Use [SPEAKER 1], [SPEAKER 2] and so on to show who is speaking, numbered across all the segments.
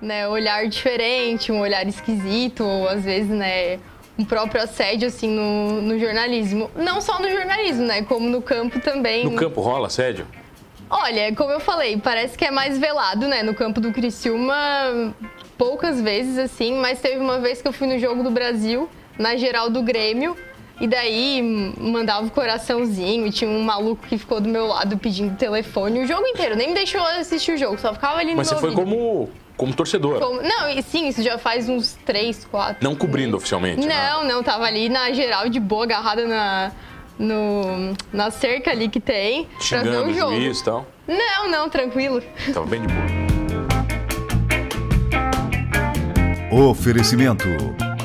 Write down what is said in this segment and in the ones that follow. [SPEAKER 1] né, olhar diferente, um olhar esquisito, ou às vezes, né, um próprio assédio, assim, no, no jornalismo. Não só no jornalismo, né, como no campo também.
[SPEAKER 2] No campo rola assédio?
[SPEAKER 1] Olha, como eu falei, parece que é mais velado, né, no campo do Criciúma, poucas vezes, assim, mas teve uma vez que eu fui no Jogo do Brasil, na geral do Grêmio, e daí mandava o coraçãozinho e tinha um maluco que ficou do meu lado pedindo telefone o jogo inteiro. Nem me deixou assistir o jogo, só ficava ali no
[SPEAKER 2] Mas
[SPEAKER 1] meu
[SPEAKER 2] você foi
[SPEAKER 1] ouvido.
[SPEAKER 2] como, como torcedor,
[SPEAKER 1] Como- Não, e sim, isso já faz uns três, quatro.
[SPEAKER 2] não cobrindo oficialmente. né?
[SPEAKER 1] Não, não, tava ali na geral de boa, agarrada na, no, na cerca ali que tem, pra
[SPEAKER 2] Xingando
[SPEAKER 1] ver o
[SPEAKER 2] o
[SPEAKER 1] jogo.
[SPEAKER 2] juiz e tal.
[SPEAKER 1] Não, não, tranquilo.
[SPEAKER 2] Tava bem de boa.
[SPEAKER 3] Oferecimento: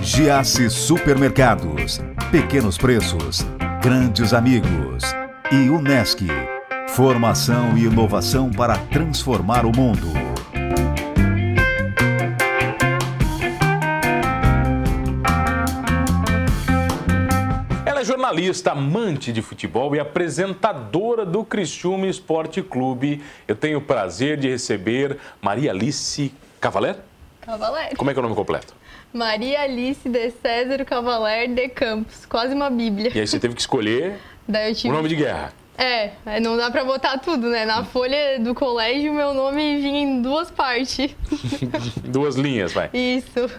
[SPEAKER 3] Giasse Supermercados, Pequenos Preços, Grandes Amigos e Unesc. Formação e inovação para transformar o mundo.
[SPEAKER 2] Ela é jornalista, amante de futebol e apresentadora do Criciúma Esporte Clube. Eu tenho o prazer de receber Maria Alice Cavaler?
[SPEAKER 1] Cavaler.
[SPEAKER 2] Como é que é o nome completo?
[SPEAKER 1] Maria Alice de César Cavaler de Campos, quase uma bíblia.
[SPEAKER 2] E aí você teve que escolher
[SPEAKER 1] Daí eu tive
[SPEAKER 2] o nome Hum. de guerra.
[SPEAKER 1] É, é, não dá pra botar tudo, né? Na folha do colégio, meu nome vinha em duas partes.
[SPEAKER 2] Duas linhas, vai.
[SPEAKER 1] Isso.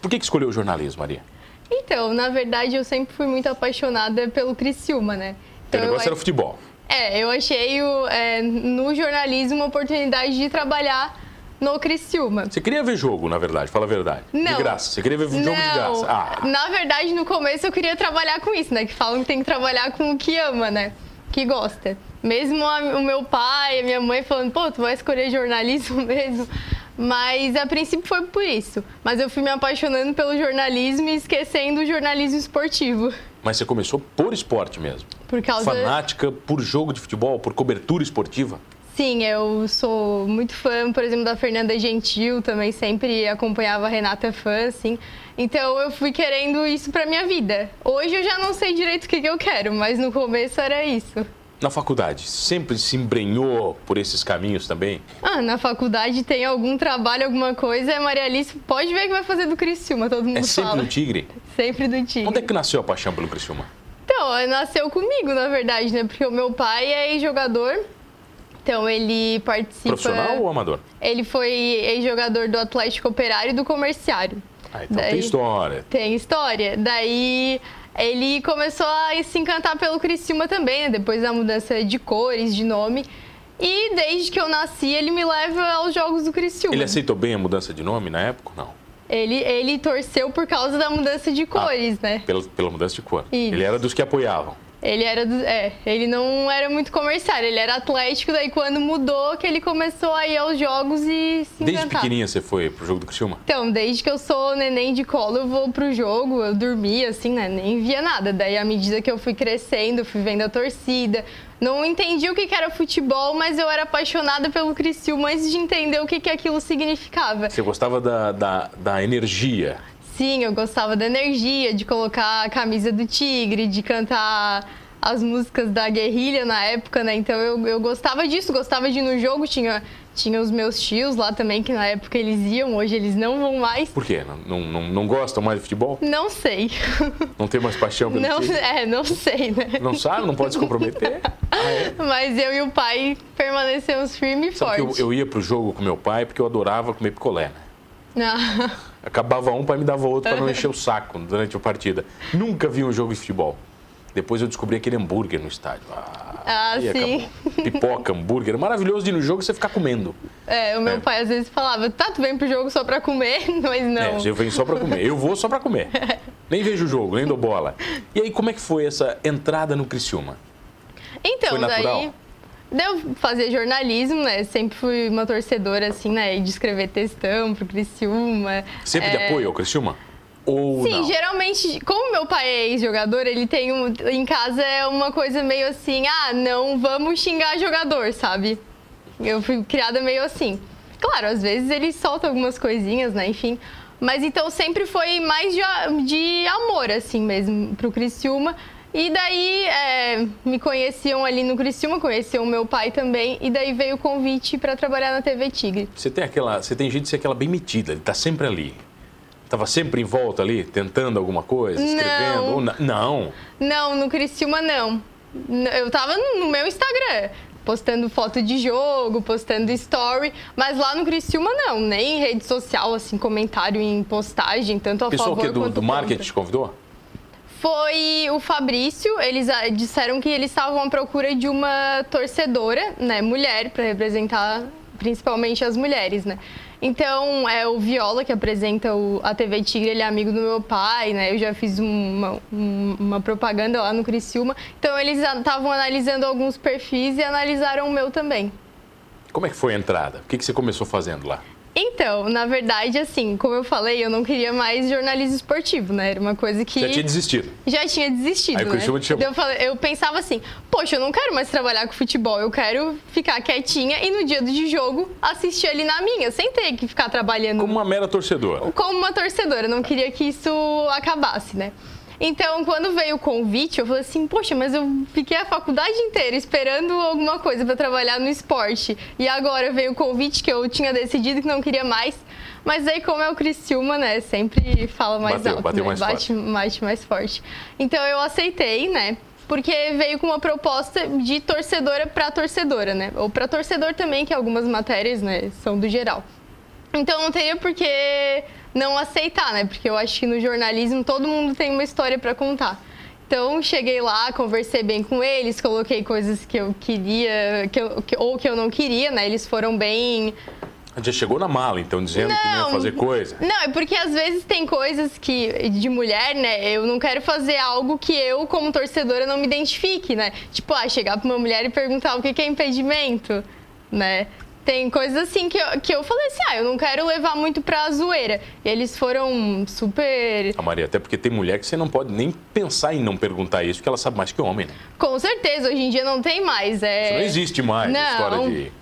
[SPEAKER 2] Por que que escolheu o jornalismo, Maria?
[SPEAKER 1] Então, na verdade, eu sempre fui muito apaixonada pelo Criciúma, né?
[SPEAKER 2] Teu
[SPEAKER 1] eu
[SPEAKER 2] negócio era
[SPEAKER 1] ach-
[SPEAKER 2] futebol.
[SPEAKER 1] É, eu achei o, é, no jornalismo uma oportunidade de trabalhar no Criciúma.
[SPEAKER 2] Você queria ver jogo, na verdade, fala a verdade.
[SPEAKER 1] Não.
[SPEAKER 2] De graça. Você queria ver jogo de graça. Ah,
[SPEAKER 1] Na verdade, no começo eu queria trabalhar com isso, né? Que falam que tem que trabalhar com o que ama, né? Que gosta. Mesmo a- o meu pai, a minha mãe falando, pô, tu vai escolher jornalismo mesmo. Mas a princípio foi por isso. Mas eu fui me apaixonando pelo jornalismo e esquecendo o jornalismo esportivo.
[SPEAKER 2] mas você começou por esporte mesmo.
[SPEAKER 1] Por causa.
[SPEAKER 2] Fanática por jogo de futebol, por cobertura esportiva.
[SPEAKER 1] Sim, eu sou muito fã, por exemplo, da Fernanda Gentil, também sempre acompanhava a Renata Fã, assim. Então eu fui querendo isso pra minha vida. Hoje eu já não sei direito o que, que eu quero, mas no começo era isso.
[SPEAKER 2] Na faculdade, sempre se embrenhou por esses caminhos também?
[SPEAKER 1] Ah, na faculdade tem algum trabalho, alguma coisa, a Maria Alice pode ver que vai fazer do Criciúma, todo mundo
[SPEAKER 2] É sempre
[SPEAKER 1] fala.
[SPEAKER 2] um tigre?
[SPEAKER 1] Sempre do time.
[SPEAKER 2] Onde é que nasceu a paixão pelo Criciúma?
[SPEAKER 1] Então, eh, nasceu comigo, na verdade, né? Porque o meu pai é jogador, então ele participa...
[SPEAKER 2] Profissional ou amador?
[SPEAKER 1] Ele foi ex-jogador do Atlético Operário e do Comerciário.
[SPEAKER 2] Ah, então
[SPEAKER 1] Daí-
[SPEAKER 2] tem história.
[SPEAKER 1] Tem história. Daí ele começou a se encantar pelo Criciúma também, né? depois da mudança de cores, de nome. E desde que eu nasci, ele me leva aos jogos do Criciúma.
[SPEAKER 2] Ele é assim? aceitou bem a mudança de nome na época? Não.
[SPEAKER 1] ele, ele torceu por causa da mudança
[SPEAKER 2] Ah.
[SPEAKER 1] de cores, né?
[SPEAKER 2] Pela, pela mudança de cor.
[SPEAKER 1] Isso.
[SPEAKER 2] Ele era dos que apoiavam.
[SPEAKER 1] Ele era do- é, ele não era muito comerciário, ele era atlético, daí quando mudou que ele começou a ir aos jogos e se
[SPEAKER 2] Desde
[SPEAKER 1] encantar.
[SPEAKER 2] pequenininha você foi pro jogo do Criciúma?
[SPEAKER 1] Então, desde que eu sou neném de colo, eu vou pro jogo, eu dormia assim, né? Nem via nada. Daí, à medida que eu fui crescendo, fui vendo a torcida. Não entendi o que que era futebol, mas eu era apaixonada pelo Criciúma antes de entender o que que aquilo significava.
[SPEAKER 2] Você gostava da, da, da energia.
[SPEAKER 1] Sim, eu gostava da energia, de colocar a camisa do tigre, de cantar as músicas da guerrilha na época, né? Então eu, eu gostava disso, gostava de ir no jogo, tinha, tinha os meus tios lá também, que na época eles iam, hoje eles não vão mais.
[SPEAKER 2] Por quê? Não, não, não, não gostam mais de futebol?
[SPEAKER 1] Não sei.
[SPEAKER 2] Não tem mais paixão pelo
[SPEAKER 1] Não,
[SPEAKER 2] time?
[SPEAKER 1] é, não sei, né?
[SPEAKER 2] Não sabe? Não pode se comprometer? Ah, é?
[SPEAKER 1] Mas eu e o pai permanecemos firme e
[SPEAKER 2] Sabe
[SPEAKER 1] forte.
[SPEAKER 2] que eu, eu ia pro jogo com meu pai porque eu adorava comer picolé, né?
[SPEAKER 1] Ah,
[SPEAKER 2] Acabava um, pai me dava outro para não encher o saco durante a partida. Nunca vi um jogo de futebol. Depois eu descobri aquele hambúrguer no estádio. Ah,
[SPEAKER 1] Ah,
[SPEAKER 2] aí
[SPEAKER 1] sim.
[SPEAKER 2] acabou. Pipoca, hambúrguer. é Maravilhoso de ir no jogo e você ficar comendo.
[SPEAKER 1] é, o meu
[SPEAKER 2] É.
[SPEAKER 1] pai às vezes falava, tá, tu vem pro jogo só pra comer, mas não.
[SPEAKER 2] É, eu venho só pra comer. Eu vou só pra comer. Nem vejo o jogo, nem dou bola. E aí, como é que foi essa entrada no Criciúma?
[SPEAKER 1] Então,
[SPEAKER 2] Foi natural?
[SPEAKER 1] daí. daí Eu fazia jornalismo, né? Sempre fui uma torcedora, assim, né? De escrever textão pro Criciúma.
[SPEAKER 2] Sempre de
[SPEAKER 1] É,
[SPEAKER 2] apoio ao Criciúma? Ou
[SPEAKER 1] Sim,
[SPEAKER 2] não?
[SPEAKER 1] geralmente, como meu pai é ex-jogador, ele tem um, em casa é uma coisa meio assim, ah, não vamos xingar jogador, sabe? Eu fui criada meio assim. Claro, às vezes ele solta algumas coisinhas, né? Enfim. Mas então sempre foi mais de, a- de amor, assim mesmo, pro Criciúma. E daí é, me conheciam ali no Criciúma, conheciam o meu pai também, e daí veio o convite para trabalhar na TV Tigre.
[SPEAKER 2] Você tem aquela, você tem jeito de ser aquela bem metida, ele tá sempre ali. Tava sempre em volta ali, tentando alguma coisa, escrevendo.
[SPEAKER 1] Não.
[SPEAKER 2] ou na- não.
[SPEAKER 1] Não, no Criciúma não. N- Eu tava no meu Instagram, postando foto de jogo, postando story, mas lá no Criciúma não, nem em rede social, assim, comentário em postagem, tanto a
[SPEAKER 2] Pessoal
[SPEAKER 1] favor
[SPEAKER 2] que é do,
[SPEAKER 1] quanto
[SPEAKER 2] do marketing te
[SPEAKER 1] contra.
[SPEAKER 2] convidou?
[SPEAKER 1] Foi o Fabrício, eles ah, disseram que eles estavam à procura de uma torcedora, né, mulher, para representar principalmente as mulheres, né. Então, é o Viola que apresenta o- a TV Tigre, ele é amigo do meu pai, né, eu já fiz uma, um- uma propaganda lá no Criciúma. Então, eles estavam analisando alguns perfis e analisaram o meu também.
[SPEAKER 2] Como é que foi a entrada? O que, que você começou fazendo lá?
[SPEAKER 1] Então, na verdade, assim, como eu falei, eu não queria mais jornalismo esportivo, né, era uma coisa que...
[SPEAKER 2] Já tinha desistido.
[SPEAKER 1] já tinha desistido,
[SPEAKER 2] Aí o
[SPEAKER 1] né?
[SPEAKER 2] Criciúma te chamou.
[SPEAKER 1] Daí Eu, falei- eu pensava assim, poxa, eu não quero mais trabalhar com futebol, eu quero ficar quietinha e no dia de jogo assistir ali na minha, sem ter que ficar trabalhando
[SPEAKER 2] Como uma mera torcedora.
[SPEAKER 1] como uma torcedora, eu não queria que isso acabasse, né? Então, quando veio o convite, eu falei assim: Poxa, mas eu fiquei a faculdade inteira esperando alguma coisa para trabalhar no esporte. E agora veio o convite que eu tinha decidido que não queria mais. Mas aí, como é o Criciúma, né? Sempre fala mais
[SPEAKER 2] Bateu,
[SPEAKER 1] alto.
[SPEAKER 2] bateu
[SPEAKER 1] né?
[SPEAKER 2] mais
[SPEAKER 1] Bate,
[SPEAKER 2] forte.
[SPEAKER 1] bate mais forte. Então, eu aceitei, né? Porque veio com uma proposta de torcedora para torcedora, né? Ou para torcedor também, que algumas matérias, né? São do geral. Então não teria por que não aceitar, né? Porque eu acho que no jornalismo todo mundo tem uma história pra contar. Então cheguei lá, conversei bem com eles, coloquei coisas que eu queria que eu- que- ou que eu não queria, né? Eles foram bem
[SPEAKER 2] Já chegou na mala, então, dizendo que não ia
[SPEAKER 1] Não.
[SPEAKER 2] fazer coisa.
[SPEAKER 1] não, é porque às vezes tem coisas que de mulher, né? Eu não quero fazer algo que eu, como torcedora, não me identifique, né? Tipo, ah, chegar pra uma mulher e perguntar o que que é impedimento, né? Tem coisas assim que eu, que eu falei assim, ah, eu não quero levar muito pra zoeira. E eles foram super.
[SPEAKER 2] A Maria, até porque tem mulher que você não pode nem pensar em não perguntar isso, porque ela sabe mais que o homem, né?
[SPEAKER 1] Com certeza, hoje em dia não tem mais. É...
[SPEAKER 2] Isso não existe mais a
[SPEAKER 1] Não.
[SPEAKER 2] história de.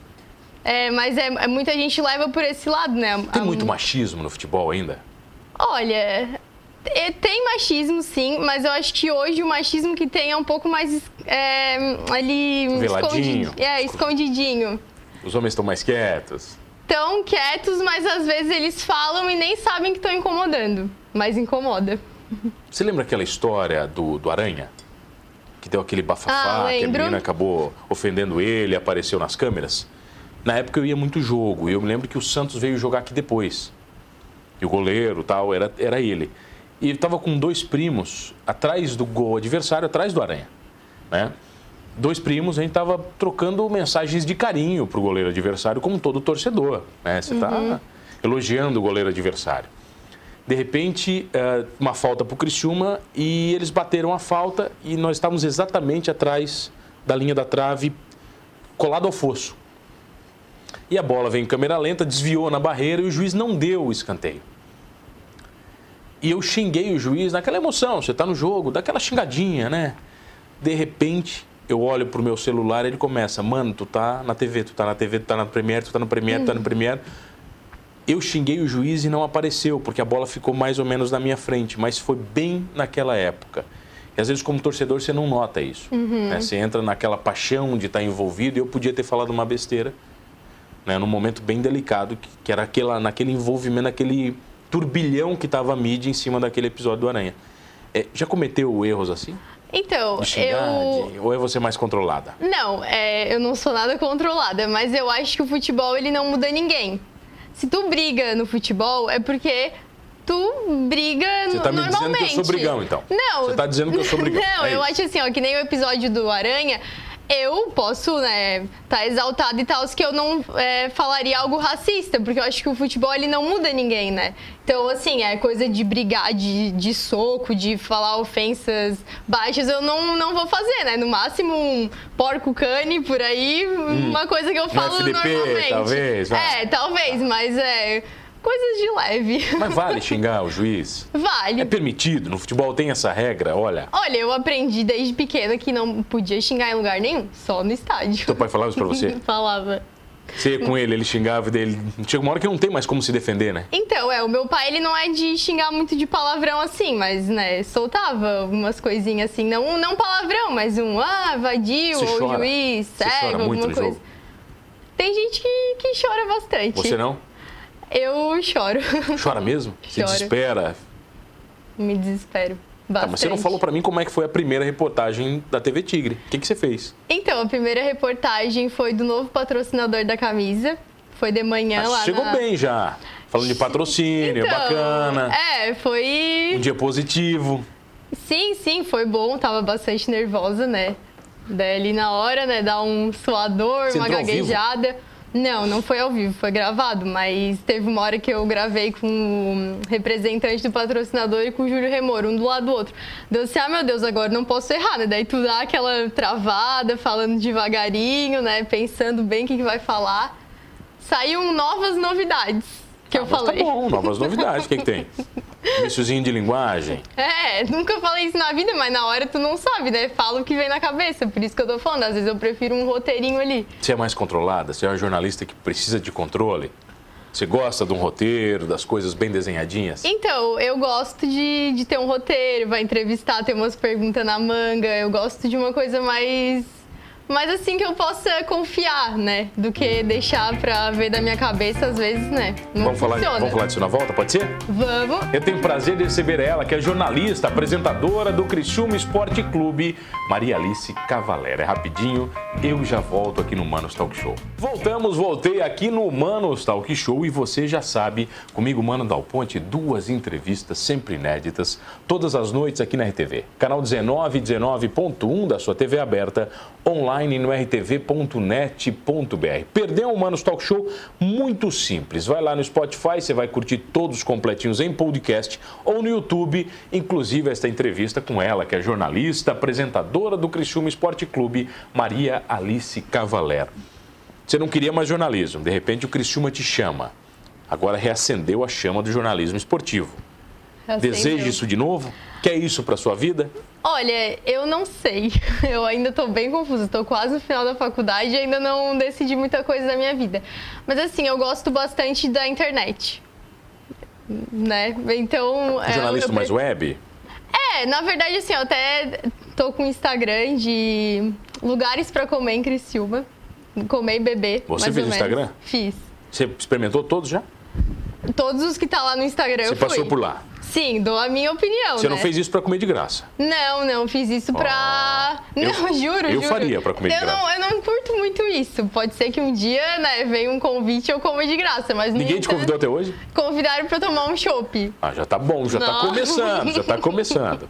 [SPEAKER 1] É, mas é, é muita gente leva por esse lado, né?
[SPEAKER 2] Tem
[SPEAKER 1] A-
[SPEAKER 2] muito machismo no futebol ainda?
[SPEAKER 1] Olha, é, tem machismo sim, mas eu acho que hoje o machismo que tem é um pouco mais é, ali
[SPEAKER 2] Veladinho.
[SPEAKER 1] escondi- é, escondidinho.
[SPEAKER 2] Os homens estão mais quietos.
[SPEAKER 1] Tão quietos, mas às vezes eles falam e nem sabem que estão incomodando, mas incomoda.
[SPEAKER 2] Você lembra aquela história do, do Aranha? Que deu aquele bafafá,
[SPEAKER 1] Ah,
[SPEAKER 2] que a
[SPEAKER 1] lembro.
[SPEAKER 2] menina acabou ofendendo ele, apareceu nas câmeras? Na época eu ia muito jogo, e eu me lembro que o Santos veio jogar aqui depois. E o goleiro tal, era, era ele. E ele tava com dois primos atrás do gol adversário, atrás do Aranha. Né? Dois primos, a gente tava trocando mensagens de carinho pro goleiro adversário, como todo torcedor. Né? Você tá
[SPEAKER 1] Uhum.
[SPEAKER 2] elogiando o goleiro adversário. De repente, eh, uma falta para o Criciúma e eles bateram a falta e nós estávamos exatamente atrás da linha da trave, colado ao fosso. E a bola vem em câmera lenta, desviou na barreira e o juiz não deu o escanteio. E eu xinguei o juiz naquela emoção, você está no jogo, dá aquela xingadinha, né? De repente, eu olho pro meu celular e ele começa, mano, tu tá na TV, tu tá na TV, tu tá na Premiere, tu tá no Premiere, tu tá no Premiere. Eu xinguei o juiz e não apareceu, porque a bola ficou mais ou menos na minha frente, mas foi bem naquela época. E às vezes, como torcedor, você não nota isso.
[SPEAKER 1] Uhum.
[SPEAKER 2] né? Você entra naquela paixão de estar envolvido e eu podia ter falado uma besteira né, num momento bem delicado, que, que era aquela, naquele envolvimento, naquele turbilhão que estava a mídia em cima daquele episódio do Aranha. É, já cometeu erros assim?
[SPEAKER 1] Então,
[SPEAKER 2] De xingar?
[SPEAKER 1] eu.
[SPEAKER 2] de- Ou é você mais controlada?
[SPEAKER 1] Não, é, eu não sou nada controlada, mas eu acho que o futebol ele não muda ninguém. Se tu briga no futebol, é porque tu briga
[SPEAKER 2] Você
[SPEAKER 1] no-
[SPEAKER 2] tá me dizendo
[SPEAKER 1] normalmente.
[SPEAKER 2] que eu sou brigão, então.
[SPEAKER 1] Não.
[SPEAKER 2] Você tá dizendo que eu sou brigão.
[SPEAKER 1] Não,
[SPEAKER 2] É
[SPEAKER 1] eu
[SPEAKER 2] isso.
[SPEAKER 1] acho assim, ó, que nem o episódio do Aranha. Eu posso, né, tá exaltado e tal, que eu não é, falaria algo racista, porque eu acho que o futebol ele não muda ninguém, né? Então, assim, é coisa de brigar, de, de soco, de falar ofensas baixas, eu não, não vou fazer, né? No máximo um porco cane por aí,
[SPEAKER 2] Hum.
[SPEAKER 1] uma coisa que eu falo
[SPEAKER 2] FDP,
[SPEAKER 1] normalmente.
[SPEAKER 2] é talvez, vai.
[SPEAKER 1] É, talvez, mas é coisas de leve.
[SPEAKER 2] Mas vale xingar o juiz?
[SPEAKER 1] Vale.
[SPEAKER 2] É permitido? No futebol tem essa regra? Olha,
[SPEAKER 1] Olha, eu aprendi desde pequena que não podia xingar em lugar nenhum, só no estádio.
[SPEAKER 2] teu pai falava isso pra você?
[SPEAKER 1] Falava.
[SPEAKER 2] Você ia com ele, ele xingava dele. Chega uma hora que não tem mais como se defender, né?
[SPEAKER 1] Então, é, o meu pai, ele não é de xingar muito de palavrão assim, mas, né, soltava umas coisinhas assim, não, não palavrão, mas um, ah, vadio,
[SPEAKER 2] Você
[SPEAKER 1] ou
[SPEAKER 2] chora?
[SPEAKER 1] juiz,
[SPEAKER 2] Você chora
[SPEAKER 1] cego,
[SPEAKER 2] muito
[SPEAKER 1] alguma
[SPEAKER 2] no
[SPEAKER 1] coisa.
[SPEAKER 2] jogo?
[SPEAKER 1] Tem gente que, que chora bastante.
[SPEAKER 2] Você não?
[SPEAKER 1] Eu choro,
[SPEAKER 2] Chora mesmo? Se
[SPEAKER 1] Choro.
[SPEAKER 2] desespera.
[SPEAKER 1] me desespero
[SPEAKER 2] Tá,
[SPEAKER 1] bastante.
[SPEAKER 2] mas você não falou pra mim como é que foi a primeira reportagem da TV Tigre. O que, que você fez?
[SPEAKER 1] Então, a primeira reportagem foi do novo patrocinador da camisa, foi de manhã
[SPEAKER 2] Ah,
[SPEAKER 1] É lá
[SPEAKER 2] chegou
[SPEAKER 1] na...
[SPEAKER 2] bem já. Falando de patrocínio,
[SPEAKER 1] Então,
[SPEAKER 2] bacana.
[SPEAKER 1] É, foi...
[SPEAKER 2] Um dia positivo.
[SPEAKER 1] Sim, sim, foi bom. Tava bastante nervosa, né? Daí ali na hora, né? Dá um suador,
[SPEAKER 2] Você
[SPEAKER 1] uma
[SPEAKER 2] entrou ao vivo?
[SPEAKER 1] gaguejada. Não, não foi ao vivo, foi gravado, mas teve uma hora que eu gravei com o representante do patrocinador e com o Júlio Remoro, um do lado do outro. Deu assim, ah, meu Deus, agora não posso errar, né? Daí tu dá aquela travada, falando devagarinho, né? Pensando bem o que, que vai falar. Saíram novas novidades que eu
[SPEAKER 2] Ah, mas
[SPEAKER 1] falei.
[SPEAKER 2] Tá bom, novas novidades. O que, que tem? Iniciozinho de linguagem.
[SPEAKER 1] É, nunca falei isso na vida, mas na hora tu não sabe, né? Fala o que vem na cabeça. Por isso que eu tô falando. Às vezes eu prefiro um roteirinho ali.
[SPEAKER 2] Você é mais controlada? Você é uma jornalista que precisa de controle? Você gosta de um roteiro, das coisas bem desenhadinhas?
[SPEAKER 1] Então, eu gosto de, de ter um roteiro, vai entrevistar, ter umas perguntas na manga. Eu gosto de uma coisa mais. mais assim que eu possa confiar, né? Do que deixar pra ver da minha cabeça, às vezes, né? Não
[SPEAKER 2] Vamos falar,
[SPEAKER 1] funciona.
[SPEAKER 2] vamos falar disso na volta, pode ser?
[SPEAKER 1] Vamos.
[SPEAKER 2] Eu tenho o prazer de receber ela, que é jornalista, apresentadora do Criciúma Esporte Clube, Maria Alice Cavalera. É rapidinho, eu já volto aqui no Manos Talk Show. Voltamos, voltei aqui no Manos Talk Show e você já sabe, comigo, Mano Dal Ponte, duas entrevistas sempre inéditas, todas as noites aqui na RTV. Canal 19, 19.1 da sua TV aberta, online no rtv.net.br. Perdeu o Manos Talk Show? Muito simples. Vai lá no Spotify, você vai curtir todos completinhos em podcast ou no YouTube, inclusive esta entrevista com ela, que é jornalista, apresentadora do Criciúma Esporte Clube, Maria Alice Cavalero. Você não queria mais jornalismo, de repente o Criciúma te chama. Agora reacendeu a chama do jornalismo esportivo.
[SPEAKER 1] Eu sei,
[SPEAKER 2] Deseja
[SPEAKER 1] meu.
[SPEAKER 2] isso de novo? Quer isso para sua vida?
[SPEAKER 1] Olha, eu não sei. Eu ainda tô bem confusa. Tô quase no final da faculdade e ainda não decidi muita coisa da minha vida. Mas assim, eu gosto bastante da internet. Né? Então. é,
[SPEAKER 2] jornalista
[SPEAKER 1] eu-
[SPEAKER 2] mais web?
[SPEAKER 1] É, na verdade, assim, eu até tô com Instagram de lugares pra comer em Criciúma. Comer e beber.
[SPEAKER 2] Você
[SPEAKER 1] mais
[SPEAKER 2] fez
[SPEAKER 1] ou
[SPEAKER 2] o
[SPEAKER 1] menos.
[SPEAKER 2] Instagram?
[SPEAKER 1] Fiz.
[SPEAKER 2] Você experimentou todos já?
[SPEAKER 1] Todos os que tá lá no Instagram
[SPEAKER 2] Você
[SPEAKER 1] eu fui.
[SPEAKER 2] passou por lá.
[SPEAKER 1] Sim, dou a minha opinião.
[SPEAKER 2] Você
[SPEAKER 1] né?
[SPEAKER 2] não fez isso para comer de graça.
[SPEAKER 1] Não, não, fiz isso pra.
[SPEAKER 2] Ah, eu-
[SPEAKER 1] não, juro,
[SPEAKER 2] eu
[SPEAKER 1] juro.
[SPEAKER 2] faria pra comer de
[SPEAKER 1] eu não, eu não curto muito isso. Pode ser que um dia, né, venha um convite e eu coma de graça, mas no
[SPEAKER 2] Ninguém te
[SPEAKER 1] entanto,
[SPEAKER 2] convidou até hoje?
[SPEAKER 1] Convidaram pra eu tomar um chopp.
[SPEAKER 2] Ah, já tá bom, já tá
[SPEAKER 1] Não.
[SPEAKER 2] começando, já tá começando.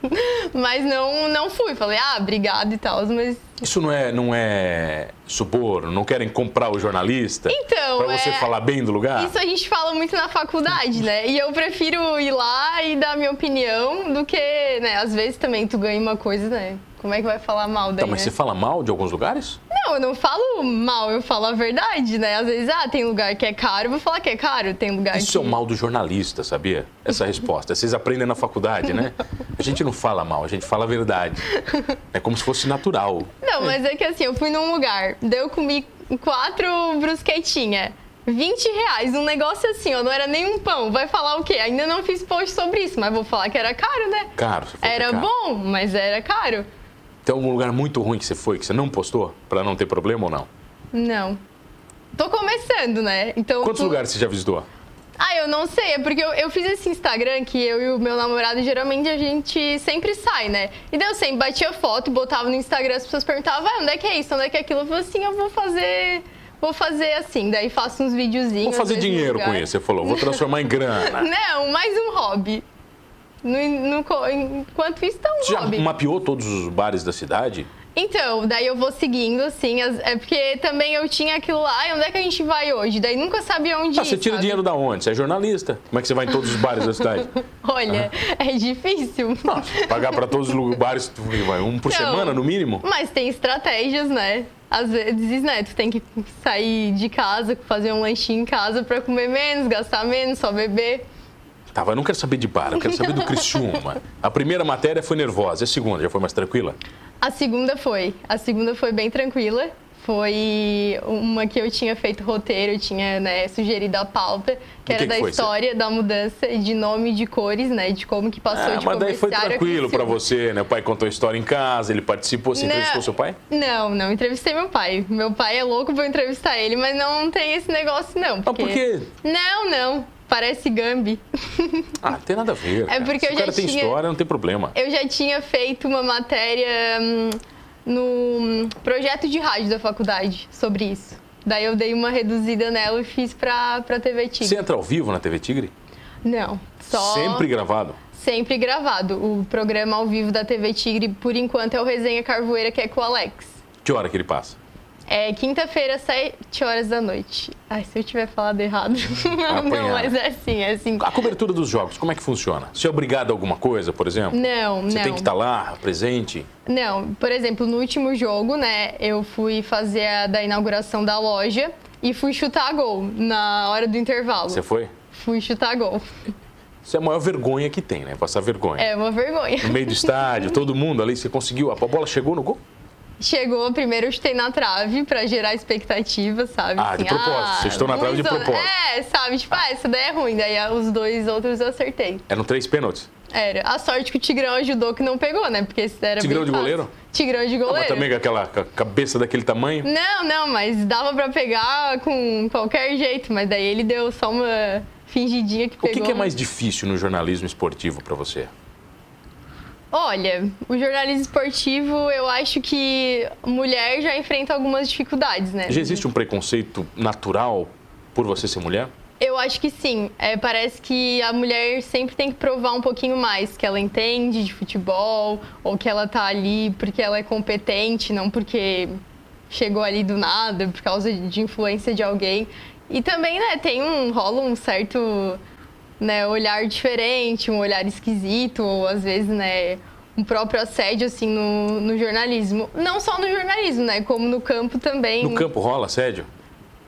[SPEAKER 1] Mas não, não fui. Falei, ah, obrigado e tal, mas.
[SPEAKER 2] Isso não é, não é suborno, não querem comprar o jornalista
[SPEAKER 1] Então,
[SPEAKER 2] pra você
[SPEAKER 1] é-
[SPEAKER 2] falar bem do lugar?
[SPEAKER 1] Isso a gente fala muito na faculdade, né? E eu prefiro ir lá e dar minha opinião do que, né? Às vezes também tu ganha uma coisa, né? Como é que vai falar mal daí,
[SPEAKER 2] Tá, mas
[SPEAKER 1] né?
[SPEAKER 2] você fala mal de alguns lugares?
[SPEAKER 1] Não, eu não falo mal, eu falo a verdade, né? Às vezes, ah, tem lugar que é caro, eu vou falar que é caro, tem lugar que.
[SPEAKER 2] Isso é o mal do jornalista, sabia? Essa resposta. Vocês aprendem na faculdade, né? A gente não fala mal, a gente fala a verdade. É como se fosse natural.
[SPEAKER 1] Não, mas é que assim, eu fui num lugar, daí eu comi quatro brusquetinhas. 20 reais, um negócio assim, ó, não era nem um pão. Vai falar o quê? Ainda não fiz post sobre isso, mas vou falar que era caro, né?
[SPEAKER 2] Caro, você falou que é
[SPEAKER 1] Era
[SPEAKER 2] caro.
[SPEAKER 1] bom, mas era caro.
[SPEAKER 2] Tem algum lugar muito ruim que você foi, que você não postou, pra não ter problema ou não?
[SPEAKER 1] Não. Tô começando, né? Então.
[SPEAKER 2] Quantos
[SPEAKER 1] tu-
[SPEAKER 2] lugares você já visitou?
[SPEAKER 1] Ah, eu não sei, é porque eu, eu fiz esse Instagram que eu e o meu namorado, geralmente a gente sempre sai, né? E daí eu sempre batia foto, botava no Instagram, as pessoas perguntavam, ah, onde é que é isso, onde é que é aquilo? Eu falei assim, eu vou fazer, vou fazer assim, daí faço uns videozinhos.
[SPEAKER 2] Vou fazer
[SPEAKER 1] às vezes, no
[SPEAKER 2] dinheiro
[SPEAKER 1] lugar.
[SPEAKER 2] com isso, né? você falou. Vou transformar em grana.
[SPEAKER 1] Não, mais um hobby. No, no co- enquanto isso, tá um
[SPEAKER 2] Você já
[SPEAKER 1] hobby.
[SPEAKER 2] mapeou todos os bares da cidade?
[SPEAKER 1] Então, daí eu vou seguindo, assim, as- é porque também eu tinha aquilo lá, ah, onde é que a gente vai hoje? Daí nunca sabia onde
[SPEAKER 2] Ah, você
[SPEAKER 1] ir,
[SPEAKER 2] tira
[SPEAKER 1] sabe?
[SPEAKER 2] dinheiro da onde? Você é jornalista. Como é que você vai em todos os bares da cidade?
[SPEAKER 1] Olha, é difícil.
[SPEAKER 2] Nossa, pagar pra todos os lu- bares, vai um por
[SPEAKER 1] Não.
[SPEAKER 2] semana no mínimo?
[SPEAKER 1] Mas tem estratégias, né? Às vezes, né, tu tem que sair de casa, fazer um lanchinho em casa pra comer menos, gastar menos, só beber.
[SPEAKER 2] Tá, mas eu não quero saber de bar, eu quero saber do Criciúma. A primeira matéria foi nervosa, a segunda já foi mais tranquila?
[SPEAKER 1] A segunda foi. A segunda foi bem tranquila. foi uma que eu tinha feito roteiro, eu tinha né, sugerido a pauta, que
[SPEAKER 2] O
[SPEAKER 1] era
[SPEAKER 2] que que
[SPEAKER 1] da
[SPEAKER 2] foi,
[SPEAKER 1] história da mudança de nome e de cores, né? De como que passou
[SPEAKER 2] Ah,
[SPEAKER 1] de
[SPEAKER 2] mas daí foi
[SPEAKER 1] comerciário a
[SPEAKER 2] tranquilo pra
[SPEAKER 1] Criciúma.
[SPEAKER 2] você, né? O pai contou a história em casa, ele participou, você
[SPEAKER 1] Não.
[SPEAKER 2] entrevistou seu pai?
[SPEAKER 1] Não, não entrevistei meu pai. Meu pai é louco pra eu entrevistar ele, mas não tem esse negócio, não.
[SPEAKER 2] Ah, por quê?
[SPEAKER 1] Não, não. Parece Gambi.
[SPEAKER 2] Ah, não tem nada a ver. cara.
[SPEAKER 1] É porque
[SPEAKER 2] Se
[SPEAKER 1] eu
[SPEAKER 2] o cara
[SPEAKER 1] já
[SPEAKER 2] tem
[SPEAKER 1] tinha- É
[SPEAKER 2] história, não tem problema.
[SPEAKER 1] Eu já tinha feito uma matéria hum, no hum, projeto de rádio da faculdade sobre isso. Daí eu dei uma reduzida nela e fiz pra, pra TV Tigre.
[SPEAKER 2] Você entra ao vivo na TV Tigre?
[SPEAKER 1] Não, só
[SPEAKER 2] Sempre gravado.
[SPEAKER 1] sempre gravado. O programa ao vivo da TV Tigre, por enquanto, é o Resenha Carvoeira, que é com o Alex.
[SPEAKER 2] Que hora que ele passa?
[SPEAKER 1] É quinta-feira, 7 horas da noite. Ai, se eu tiver falado errado. Não,
[SPEAKER 2] Apanhar.
[SPEAKER 1] não, mas é assim, é assim.
[SPEAKER 2] A cobertura dos jogos, como é que funciona? Você é obrigado a alguma coisa, por exemplo?
[SPEAKER 1] Não,
[SPEAKER 2] Você
[SPEAKER 1] não.
[SPEAKER 2] tem que tá estar lá, presente?
[SPEAKER 1] Não, por exemplo, no último jogo, né, eu fui fazer a da inauguração da loja e fui chutar gol na hora do intervalo.
[SPEAKER 2] Você foi?
[SPEAKER 1] Fui chutar gol.
[SPEAKER 2] Isso é a maior vergonha que tem, né? Passar vergonha.
[SPEAKER 1] É uma vergonha.
[SPEAKER 2] No meio do estádio, todo mundo ali, você conseguiu. A bola chegou no gol?
[SPEAKER 1] Chegou, primeiro eu chutei na trave pra gerar expectativa, sabe? Assim,
[SPEAKER 2] Ah, de propósito, vocês estão na trave de
[SPEAKER 1] uns outros-
[SPEAKER 2] propósito.
[SPEAKER 1] É, sabe? Tipo, ah, essa daí é ruim. Daí ah, os dois outros eu acertei.
[SPEAKER 2] Eram três pênaltis.
[SPEAKER 1] Era. A sorte que o Tigrão ajudou que não pegou, né? Porque esse era
[SPEAKER 2] Tigrão
[SPEAKER 1] bem
[SPEAKER 2] de
[SPEAKER 1] fácil.
[SPEAKER 2] goleiro?
[SPEAKER 1] Tigrão de
[SPEAKER 2] Ah, Mas
[SPEAKER 1] goleiro.
[SPEAKER 2] também com aquela ca- cabeça daquele tamanho.
[SPEAKER 1] Não, não, mas dava pra pegar com qualquer jeito, mas daí ele deu só uma fingidinha que
[SPEAKER 2] O
[SPEAKER 1] pegou.
[SPEAKER 2] que, que é mais difícil no jornalismo esportivo pra você?
[SPEAKER 1] Olha, o jornalismo esportivo, eu acho que mulher já enfrenta algumas dificuldades, né?
[SPEAKER 2] Já existe um preconceito natural por você ser mulher?
[SPEAKER 1] Eu acho que sim. É, parece que a mulher sempre tem que provar um pouquinho mais que ela entende de futebol ou que ela tá ali porque ela é competente, não porque chegou ali do nada por causa de influência de alguém. E também, né, tem um rola um certo né, olhar diferente, um olhar esquisito ou às vezes, né, um próprio assédio assim no, no jornalismo. Não só no jornalismo, né, como no campo também.
[SPEAKER 2] No campo rola assédio?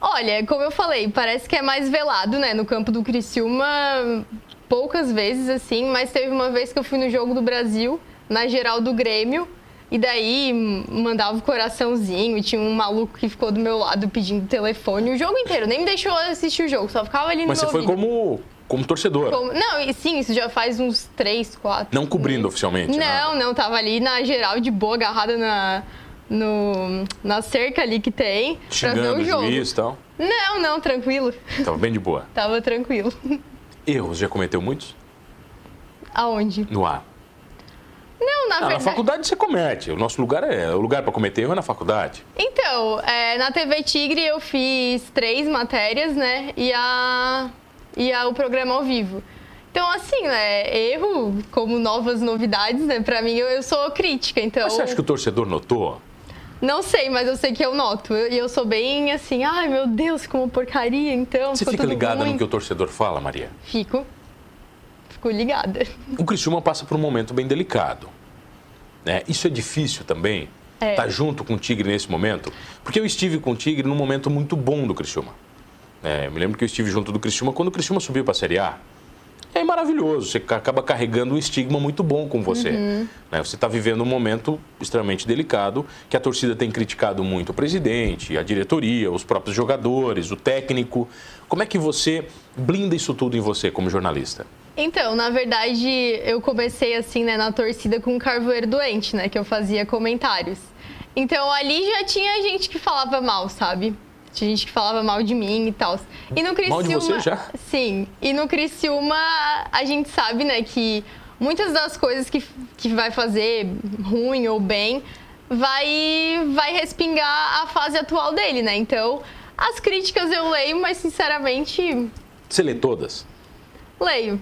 [SPEAKER 1] Olha, como eu falei, parece que é mais velado, né? No campo do Criciúma, poucas vezes, assim, mas teve uma vez que eu fui no jogo do Brasil, na geral do Grêmio, e daí hum, mandava o coraçãozinho, e tinha um maluco que ficou do meu lado pedindo telefone o jogo inteiro, nem me deixou assistir o jogo, só ficava ali no
[SPEAKER 2] Mas você
[SPEAKER 1] meu
[SPEAKER 2] foi
[SPEAKER 1] ouvido.
[SPEAKER 2] como, como torcedora,
[SPEAKER 1] Como- Não, e sim, isso já faz uns três, quatro.
[SPEAKER 2] não né? cobrindo oficialmente.
[SPEAKER 1] Não,
[SPEAKER 2] nada.
[SPEAKER 1] não, tava ali na geral de boa, agarrada na, no, na cerca ali que tem, pra
[SPEAKER 2] Xingando
[SPEAKER 1] ver o
[SPEAKER 2] o
[SPEAKER 1] jogo.
[SPEAKER 2] juiz e tal.
[SPEAKER 1] Não, não, tranquilo.
[SPEAKER 2] Tava bem de boa.
[SPEAKER 1] Tava tranquilo.
[SPEAKER 2] Erros já cometeu muitos?
[SPEAKER 1] Aonde?
[SPEAKER 2] No ar.
[SPEAKER 1] Não, na
[SPEAKER 2] Ah, na
[SPEAKER 1] verdade.
[SPEAKER 2] faculdade você comete. O nosso lugar é. O lugar pra cometer erro é na faculdade.
[SPEAKER 1] Então, é, na TV Tigre eu fiz três matérias, né? E a. E a, o programa ao vivo. Então, assim, né? Erro, como novas novidades, né? Pra mim, eu, eu sou crítica, então.
[SPEAKER 2] Mas você acha que o torcedor notou?
[SPEAKER 1] Não sei, mas eu sei que eu noto. Eu- E eu, sou bem assim, ai meu Deus, como porcaria, então.
[SPEAKER 2] Você
[SPEAKER 1] ficou
[SPEAKER 2] fica
[SPEAKER 1] tudo
[SPEAKER 2] ligada
[SPEAKER 1] ruim.
[SPEAKER 2] no que o torcedor fala, Maria?
[SPEAKER 1] Fico. Fico ligada.
[SPEAKER 2] O Criciúma passa por um momento bem delicado. né? Isso é difícil também?
[SPEAKER 1] É.
[SPEAKER 2] Tá junto com o Tigre nesse momento? Porque eu estive com o Tigre num momento muito bom do Criciúma. É, eu me lembro que eu estive junto do Criciúma quando o Criciúma subiu para a Série A. É maravilhoso, você ca- acaba carregando um estigma muito bom com você. né? Você está vivendo um momento extremamente delicado, que a torcida tem criticado muito o presidente, a diretoria, os próprios jogadores, o técnico. Como é que você blinda isso tudo em você como jornalista?
[SPEAKER 1] Então, na verdade, eu comecei assim, né, na torcida com o Carvoeiro doente, né, que eu fazia comentários. Então, ali já tinha gente que falava mal, sabe? Tinha gente que falava mal de mim e tal. E no Criciúma...
[SPEAKER 2] Mal de você já?
[SPEAKER 1] Sim. E no Criciúma, a gente sabe, né, que muitas das coisas que, que vai fazer ruim ou bem vai, vai respingar a fase atual dele, né? Então, as críticas eu leio, mas sinceramente,
[SPEAKER 2] Você lê todas?
[SPEAKER 1] Leio.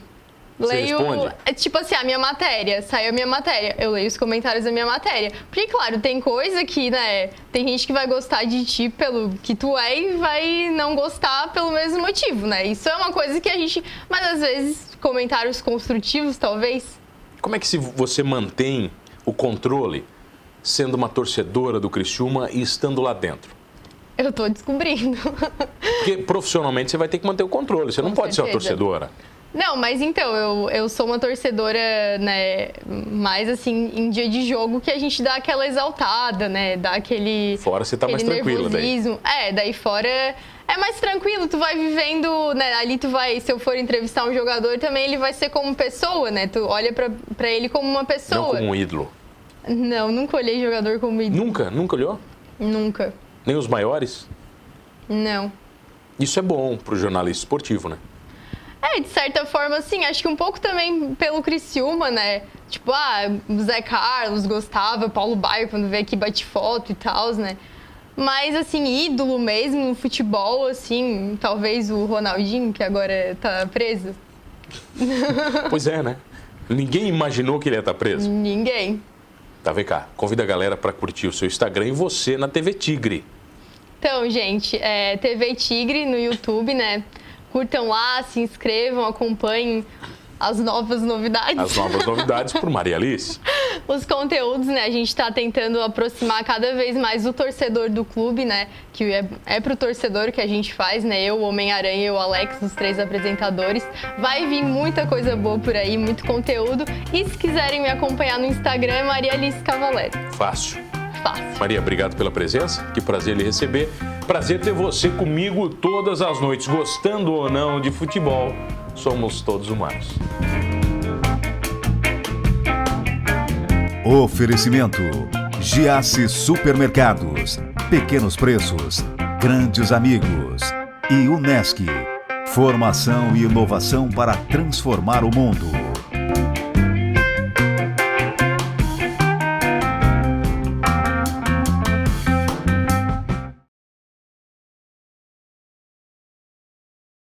[SPEAKER 2] Você
[SPEAKER 1] Leio.
[SPEAKER 2] responde?
[SPEAKER 1] é Tipo assim, a minha matéria. Saiu a minha matéria. Eu leio os comentários da minha matéria. Porque, claro, tem coisa que, né? Tem gente que vai gostar de ti pelo que tu é e vai não gostar pelo mesmo motivo, né? Isso é uma coisa que a gente. Mas às vezes, comentários construtivos, talvez.
[SPEAKER 2] Como é que se você mantém o controle sendo uma torcedora do Criciúma e estando lá dentro?
[SPEAKER 1] Eu tô descobrindo.
[SPEAKER 2] Porque profissionalmente você vai ter que manter o controle, você não
[SPEAKER 1] Com
[SPEAKER 2] pode ser uma
[SPEAKER 1] certeza.
[SPEAKER 2] torcedora.
[SPEAKER 1] Não, mas então, eu, eu sou uma torcedora, né, mais assim, em dia de jogo que a gente dá aquela exaltada, né, dá aquele...
[SPEAKER 2] Fora você tá
[SPEAKER 1] aquele
[SPEAKER 2] mais tranquila daí.
[SPEAKER 1] nervosismo. É, daí fora é mais tranquilo, tu vai vivendo, né, ali tu vai, se eu for entrevistar um jogador também, ele vai ser como pessoa, né, tu olha pra, pra ele como uma pessoa.
[SPEAKER 2] Não como um ídolo.
[SPEAKER 1] Não, nunca olhei jogador como ídolo,
[SPEAKER 2] Nunca, nunca olhou?
[SPEAKER 1] nunca,
[SPEAKER 2] Nem os maiores?
[SPEAKER 1] não.
[SPEAKER 2] Isso é bom pro jornalista esportivo, né?
[SPEAKER 1] É, de certa forma, assim, acho que um pouco também pelo Criciúma, né? Tipo, ah, Zé Carlos gostava, Paulo Baio, quando vem aqui bate foto e tal, né? Mas, assim, ídolo mesmo no futebol, assim, talvez o Ronaldinho, que agora tá preso.
[SPEAKER 2] Pois é, né? Ninguém imaginou que ele ia estar
[SPEAKER 1] Hum.
[SPEAKER 2] preso.
[SPEAKER 1] Ninguém.
[SPEAKER 2] Tá, vem cá. Convida a galera pra curtir o seu Instagram e você na TV Tigre.
[SPEAKER 1] Então, gente, é TV Tigre no YouTube, né? Curtam lá, se inscrevam, acompanhem as novas novidades.
[SPEAKER 2] As novas novidades por Maria Alice.
[SPEAKER 1] os conteúdos, né? A gente tá tentando aproximar cada vez mais o torcedor do clube, né? Que é, é pro torcedor que a gente faz, né? Eu, o Homem-Aranha e o Alex, os três apresentadores. Vai vir muita coisa boa por aí, muito conteúdo. E se quiserem me acompanhar no Instagram, é Maria Alice Cavaleiro.
[SPEAKER 2] Fácil.
[SPEAKER 1] Fácil.
[SPEAKER 2] Maria, obrigado pela presença. Que prazer lhe receber. Prazer ter você comigo todas as noites, gostando ou não de futebol. Somos todos humanos.
[SPEAKER 3] Oferecimento: Giasse Supermercados, pequenos preços, grandes amigos e Unesc. Formação e inovação para transformar o mundo.